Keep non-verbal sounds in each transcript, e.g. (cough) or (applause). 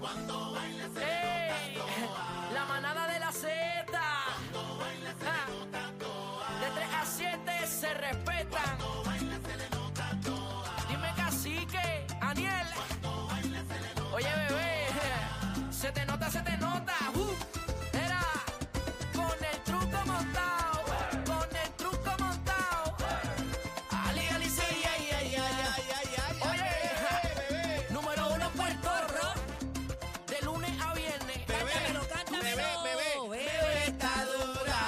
Cuando bailas se ¡Ey! te nota La manada de la Z. toa. Cuando bailas se Ah. le nota toa. De 3 a 7 se respetan. Cuando bailas se le nota toa. Dime cacique, Aniel. Oye, bebé, se te nota, se te nota. Uh, era con el truco montado, con el truco montado. Ali, Ali, sí, ay, ay, ay, ay. Oye, número uno Puerto Rico, de lunes a viernes. Cántamelo, cántamelo. Bebé está dura,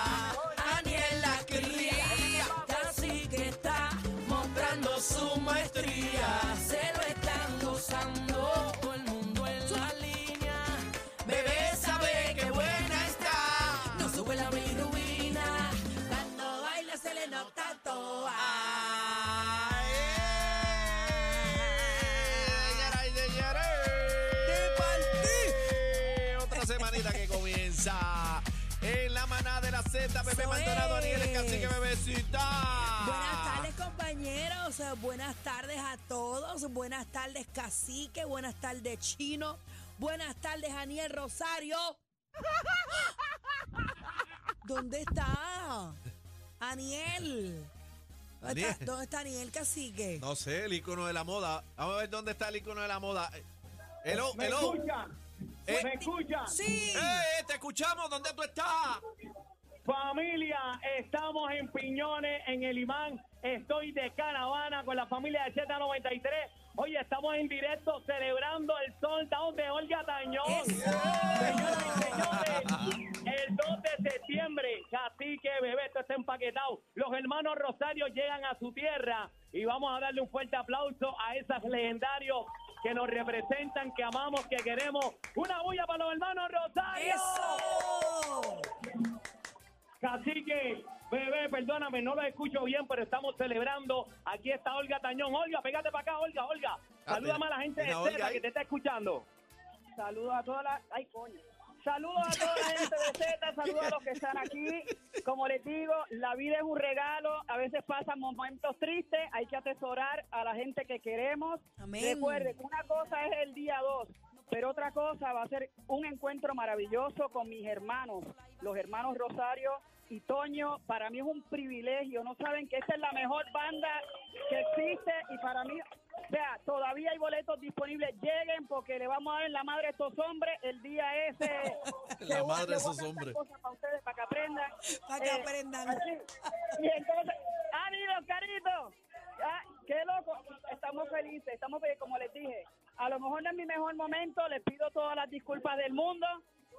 Aniel la cría. Cacique está mostrando su maestría. se lo están gozando todo el mundo en la línea. Bebé sabe que buena está. No sube la bilirrubina. Cuando baila se le nota toa. Señoras y señores. Otra semanita que comienza. En la manada de la Z, bebé Eso Maldonado, es. Ariel, el cacique bebecita. Buenas tardes compañeros, buenas tardes a todos, buenas tardes cacique, buenas tardes chino, buenas tardes Daniel Rosario. ¿Dónde está? Aniel. ¿Dónde Daniel. está, dónde está Aniel cacique? No sé, el icono de la moda. Vamos a ver dónde está el icono de la moda. Eh, Hello, ¿Me hello. escuchan? Eh, ¿Me escuchan? Sí. ¡Eh, te escuchamos! ¿Dónde tú estás? Familia, estamos en Piñones, en el imán. Estoy de caravana con la familia de Z93. Oye, estamos en directo celebrando el soldado de Olga Tañón. Eso. Señoras y señores, el 2 de septiembre, Cacique Bebé, esto está empaquetado. Los hermanos Rosario llegan a su tierra y vamos a darle un fuerte aplauso a esos legendarios que nos representan, que amamos, que queremos. ¡Una bulla para los hermanos Rosario! Eso. Cacique, bebé, perdóname, no lo escucho bien, pero estamos celebrando. Aquí está Olga Tañón. Olga, pégate para acá, Olga, Olga. Ah, Salúdame a la gente de mira, Olga Z ahí. que te está escuchando. Saludos a toda la... ¡Ay, coño! Saludos a toda la gente de Z, saludos a los que están aquí. Como les digo, la vida es un regalo, a veces pasan momentos tristes, hay que atesorar a la gente que queremos. Amén. Recuerde, una cosa es el día 2, pero otra cosa va a ser un encuentro maravilloso con mis hermanos, los hermanos Rosario y Toño. Para mí es un privilegio, no saben que esta es la mejor banda que existe y para mí, o sea, todavía hay boletos disponibles, lleguen porque le vamos a dar en la madre a estos hombres el día ese. (laughs) La Le voy a- madre a le voy a esos cantar hombres. cosas Para ustedes, para que aprendan. Para que Eh, aprendan. así. Y entonces, ánimo, carito. Ah, qué loco. Estamos felices, estamos felices, como les dije. A lo mejor no es mi mejor momento, les pido todas las disculpas del mundo.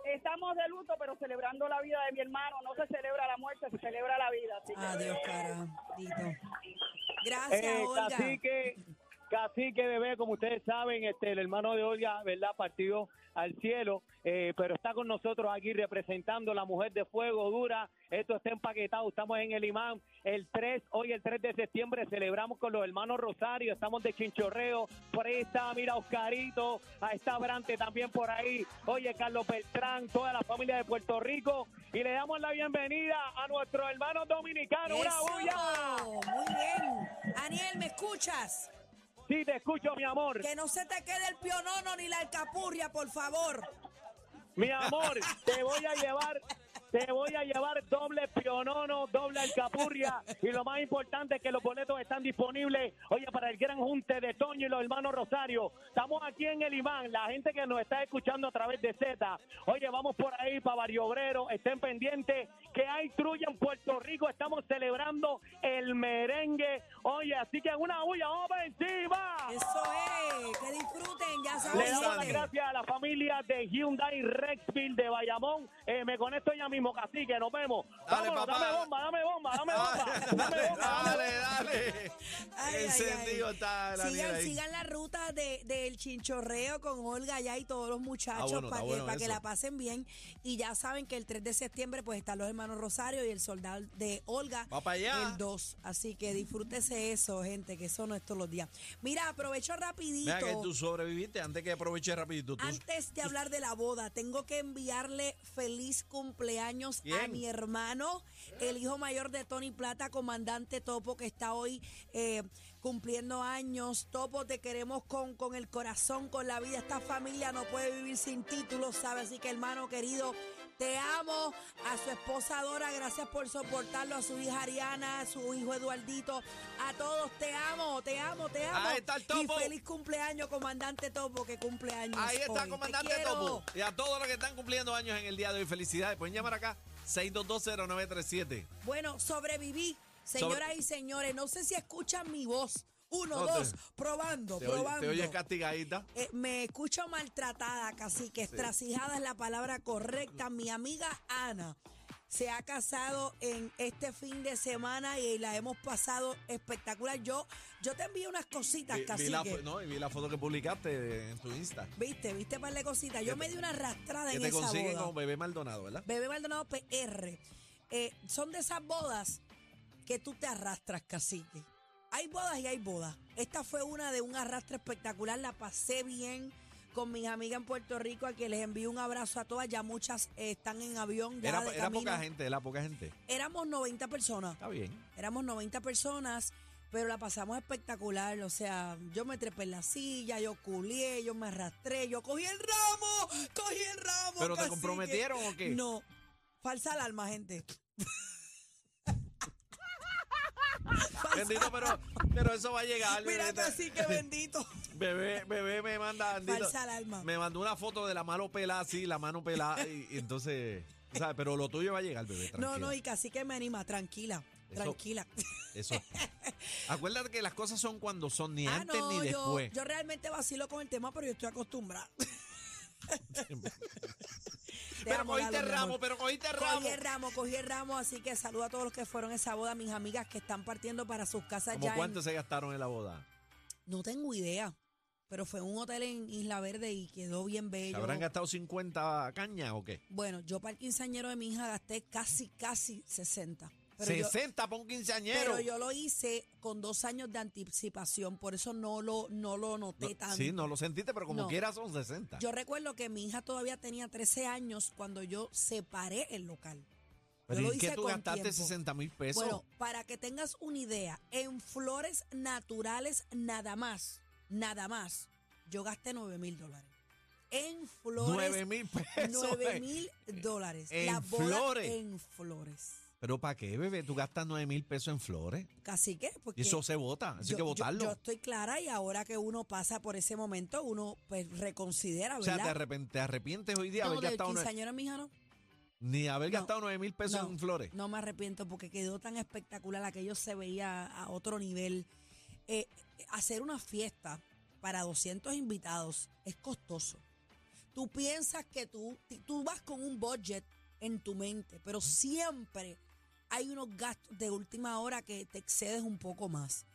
Estamos de luto, pero celebrando la vida de mi hermano. No se celebra la muerte, se celebra la vida. así que- Adiós, carajito. Gracias, Eh, Olga. cacique, cacique bebé, como ustedes saben, este, el hermano de Olga, ¿verdad? Partió al cielo, eh, pero está con nosotros aquí representando la mujer de fuego dura. Esto está empaquetado, estamos en el imán. El 3, hoy el 3 de septiembre, celebramos con los hermanos Rosario, estamos de Chinchorreo. Por ahí está, mira, Oscarito, ahí está Brante también por ahí. Oye, Carlos Beltrán, toda la familia de Puerto Rico. Y le damos la bienvenida a nuestros hermanos dominicanos. ¡Una Eso. bulla! Muy bien. Aniel, ¿me escuchas? Sí, te escucho, mi amor. Que no se te quede el pionono ni la alcapurria, por favor. Mi amor, te voy a llevar, te voy a llevar doble pionono, doble alcapurria. Y lo más importante es que los boletos están disponibles, oye, para el gran junte de Toño y los hermanos Rosario. Estamos aquí en el Imán, la gente que nos está escuchando a través de Z. Oye, vamos por ahí para Barrio Obrero, estén pendientes que hay trulla en Puerto Rico. Estamos celebrando el merengue. Oye, así que una bulla, vamos para encima. Eso es. Que disfruten, ya Le saben. damos las dónde. gracias a la familia de Hyundai Rexfield de Bayamón. Eh, me conecto ya mismo, cacique, nos vemos. Dale, Vámonos, papá. dame bomba, dame bomba, dame (laughs) bomba. Dame Ah, Dale, bomba. dale, dale. Ay, ay, Encendido ay. está la sigan, nena ahí. sigan la ruta de- del chinchorreo con Olga allá y todos los muchachos Ah, bueno, para, está que, bueno para que eso. la pasen bien. Y ya saben que el 3 de septiembre pues están los hermanos Rosario y el soldado de Olga Va pa' allá. el 2. Así que disfrútese eso, gente, que eso no es todos los días. Mira, aprovecho rapidito. Mira que tú sobreviviste antes que aproveche rapidito. Tú, Antes de hablar de la boda, tengo que enviarle feliz cumpleaños a ¿Quién? mi hermano, el hijo mayor de Tony Plata, comandante Topo, que está hoy eh, cumpliendo años. Topo, te queremos con, con el corazón, con la vida. Esta familia no puede vivir sin títulos, ¿sabes? Así que, hermano querido, te amo. A su esposa Dora, gracias por soportarlo. A su hija Ariana, a su hijo Eduardito. A todos, te amo, te amo, te amo. Ahí está el Topo. Y feliz cumpleaños, comandante Topo, que cumpleaños. Ahí está, comandante Topo. Topo. Y a todos los que están cumpliendo años en el día de hoy, felicidades. Pueden llamar acá 6220937. Bueno, sobreviví, señoras y señores. No sé si escuchan mi voz. Uno, No, te- dos, probando, Te, oye- probando. te oyes castigadita. Eh, me escucho maltratada, casi que estrasijada es la palabra correcta. Mi amiga Ana se ha casado en este fin de semana y la hemos pasado espectacular. Yo, yo te envío unas cositas, Vi, vi casi la, fo- no, y vi la foto que publicaste en tu Insta. Viste, viste par de cositas. Yo Que te- me di una arrastrada Que en te esa consiguen boda. como bebé Maldonado, ¿verdad? Bebé Maldonado PR. Eh, son de esas bodas que tú te arrastras, cacique. Hay bodas y hay bodas. Esta fue una de un arrastre espectacular. La pasé bien con mis amigas en Puerto Rico, a que les envío un abrazo a todas. Ya muchas eh, están en avión. Ya Era, de era camino. poca gente, era poca gente. Éramos 90 personas. Está bien. Éramos 90 personas, pero la pasamos espectacular. O sea, yo me trepé en la silla, yo culié, yo me arrastré, yo cogí el ramo, cogí el ramo. ¿Pero te cacique. comprometieron o qué? No, falsa alarma, gente. (laughs) Bendito, pero, pero eso va a llegar. Mira, bebé. así que bendito. Bebé, bebé me manda. (laughs) bendito. Falsa alarma. Me mandó una foto de la mano pelada, así, la mano pelada. Y, y entonces, tú ¿sabes? Pero lo tuyo va a llegar, bebé. No, no, tranquila. y casi que me anima, tranquila, Eso- tranquila. (laughs) Eso. Acuérdate que las cosas son cuando son, ni Ah, antes no, ni yo, después. yo realmente vacilo con el tema, pero yo estoy (laughs) acostumbrada. pero amo, Lalo, cogiste mi ramo, amor. pero cogiste ramo. Cogí el ramo, cogí el ramo, así que saludo a todos los que fueron a esa boda, mis amigas que están partiendo para sus casas ¿Cómo ya. en- cuánto se gastaron en la boda? No tengo idea, pero fue en un hotel en Isla Verde y quedó bien ¿Se bello. habrán gastado 50 cañas o qué? Bueno, yo para el quinceañero de mi hija gasté casi, casi 60. Pero yo- 60 para un quinceañero. Pero yo lo hice con dos años de anticipación, por eso no lo, no lo noté No, tanto. sí, no lo sentiste, pero como No. quiera son 60. Yo recuerdo que mi hija todavía tenía 13 años cuando yo separé el local. pero yo lo ¿y qué hice tú con gastaste tiempo. 60 mil pesos? Bueno, para que tengas una idea, en flores naturales nada más, nada más, yo gasté 9 mil dólares. En flores, 9 mil pesos. 9 eh. mil dólares. En La boda flores. En flores. ¿Pero para qué, bebé? Tú gastas 9 mil pesos en flores. Casi que, Y porque eso se vota. Así yo, que yo- votarlo. Yo, estoy clara y ahora que uno pasa por ese momento, uno pues reconsidera, o ¿verdad? sea, te, arrepen- te arrepientes hoy día de no, haber del gastado nueve- quinceañero, mija, no. ni haber No. gastado 9 mil pesos No, en flores. No me arrepiento porque quedó tan espectacular, aquello se veía a otro nivel. Eh, hacer una fiesta para 200 invitados es costoso. Tú piensas que tú, ti- tú vas con un budget en tu mente, pero siempre hay unos gastos de última hora que te excedes un poco más.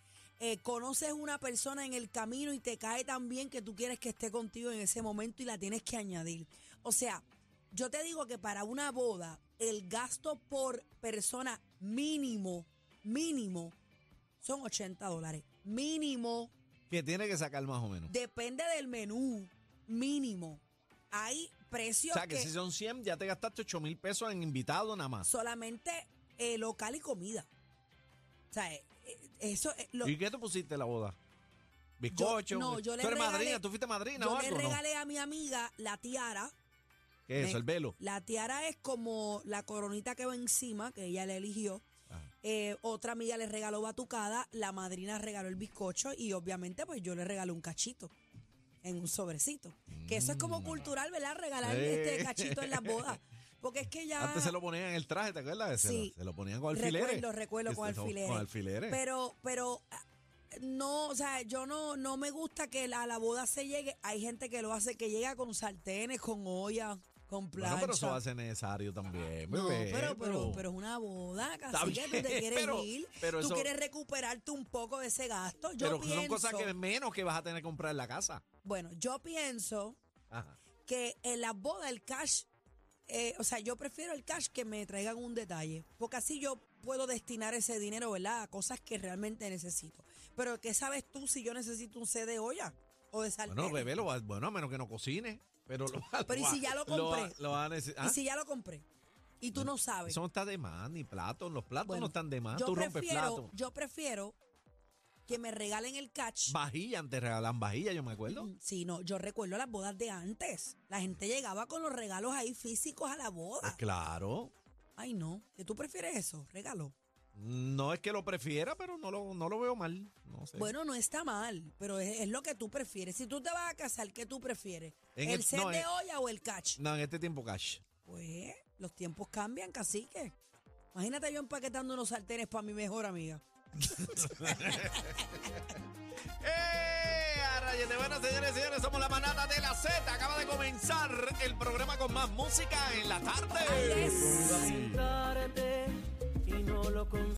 Eh, conoces una persona en el camino y te cae tan bien que tú quieres que esté contigo en ese momento y la tienes que añadir. O sea, yo te digo que para una boda, el gasto por persona mínimo, mínimo, son 80 dólares. Mínimo, Que tiene que sacar más o menos. depende del menú, mínimo. Hay O precios sea, que que si son 100, ya te gastaste 8 mil pesos en invitado nada más. solamente eh, local y comida. O sea, eh, eh, eso es lo- ¿Y qué te pusiste en la boda? ¿Bizcocho? no, yo le ¿Tú eres regalé- madrina? ¿Tú fuiste madrina o yo le algo? no? regalé a mi amiga la tiara. ¿Qué es eso? me- ¿El velo? La tiara es como la coronita que va encima, que ella le eligió. Ajá. Eh, otra amiga le regaló batucada, la madrina regaló el bizcocho y obviamente pues yo le regalé un cachito en un sobrecito. Que eso es Mm. como cultural, ¿verdad? Regalar Eh. este cachito en las bodas. Porque es que ya... Antes se lo ponían en el traje, ¿te acuerdas? Se, Sí. lo, se lo ponían con alfileres. Recuerdo, recuerdo, con Este, alfileres. Con alfileres. Pero, pero ah, no, o sea, yo no, no me gusta que la- a la boda se llegue. Hay gente que lo hace, que llega con sartenes, con olla, con plancha. bueno, pero eso va a ser necesario también, No, bebé, pero, pero, pero es una boda, casi que tú bien, (laughs) te quieres pero- ir, pero tú eso- quieres recuperarte un poco de ese gasto. Yo pero pienso, son cosas que menos que vas a tener que comprar en la casa. bueno, yo pienso Ajá. que en la boda el cash, eh, o sea, yo prefiero el cash que me traigan un detalle, porque así yo puedo destinar ese dinero, ¿verdad? A cosas que realmente necesito. Pero ¿qué sabes tú si yo necesito un CD de olla o de sartén? Bueno, bebé, lo va- bueno, a menos que no cocine. Pero, lo, Pero ¿y va- si ya lo va- compré? lo va a neces- Y ¿Ah? si ya lo compré y tú no sabes. Eso no está de más, ni platos. Los platos Bueno, no están de más. yo Tú ¿ah? rompes prefiero, platos. Yo prefiero que me regalen el catch. Vajilla, antes regalaban vajilla, yo me acuerdo. Mm, Sí, no, yo recuerdo las bodas de antes. La gente llegaba con los regalos ahí físicos a la Pues boda. claro. Ay, no. ¿Que tú prefieres eso? Regalo. No es que lo prefiera, pero no lo, no lo veo mal. No sé. Bueno, no está mal, pero es, es lo que tú prefieres. Si tú te vas a casar, ¿qué tú prefieres? En ¿El el- set no, de en- olla o el catch? No, en este tiempo cash. Pues los tiempos cambian, cacique. Imagínate yo empaquetando unos sartenes para mi mejor amiga. ¡Eh! A rayete. Bueno, señores y señores, somos la manada de la Z. Acaba de comenzar el programa con más música en la tarde. Ay, es- Sí.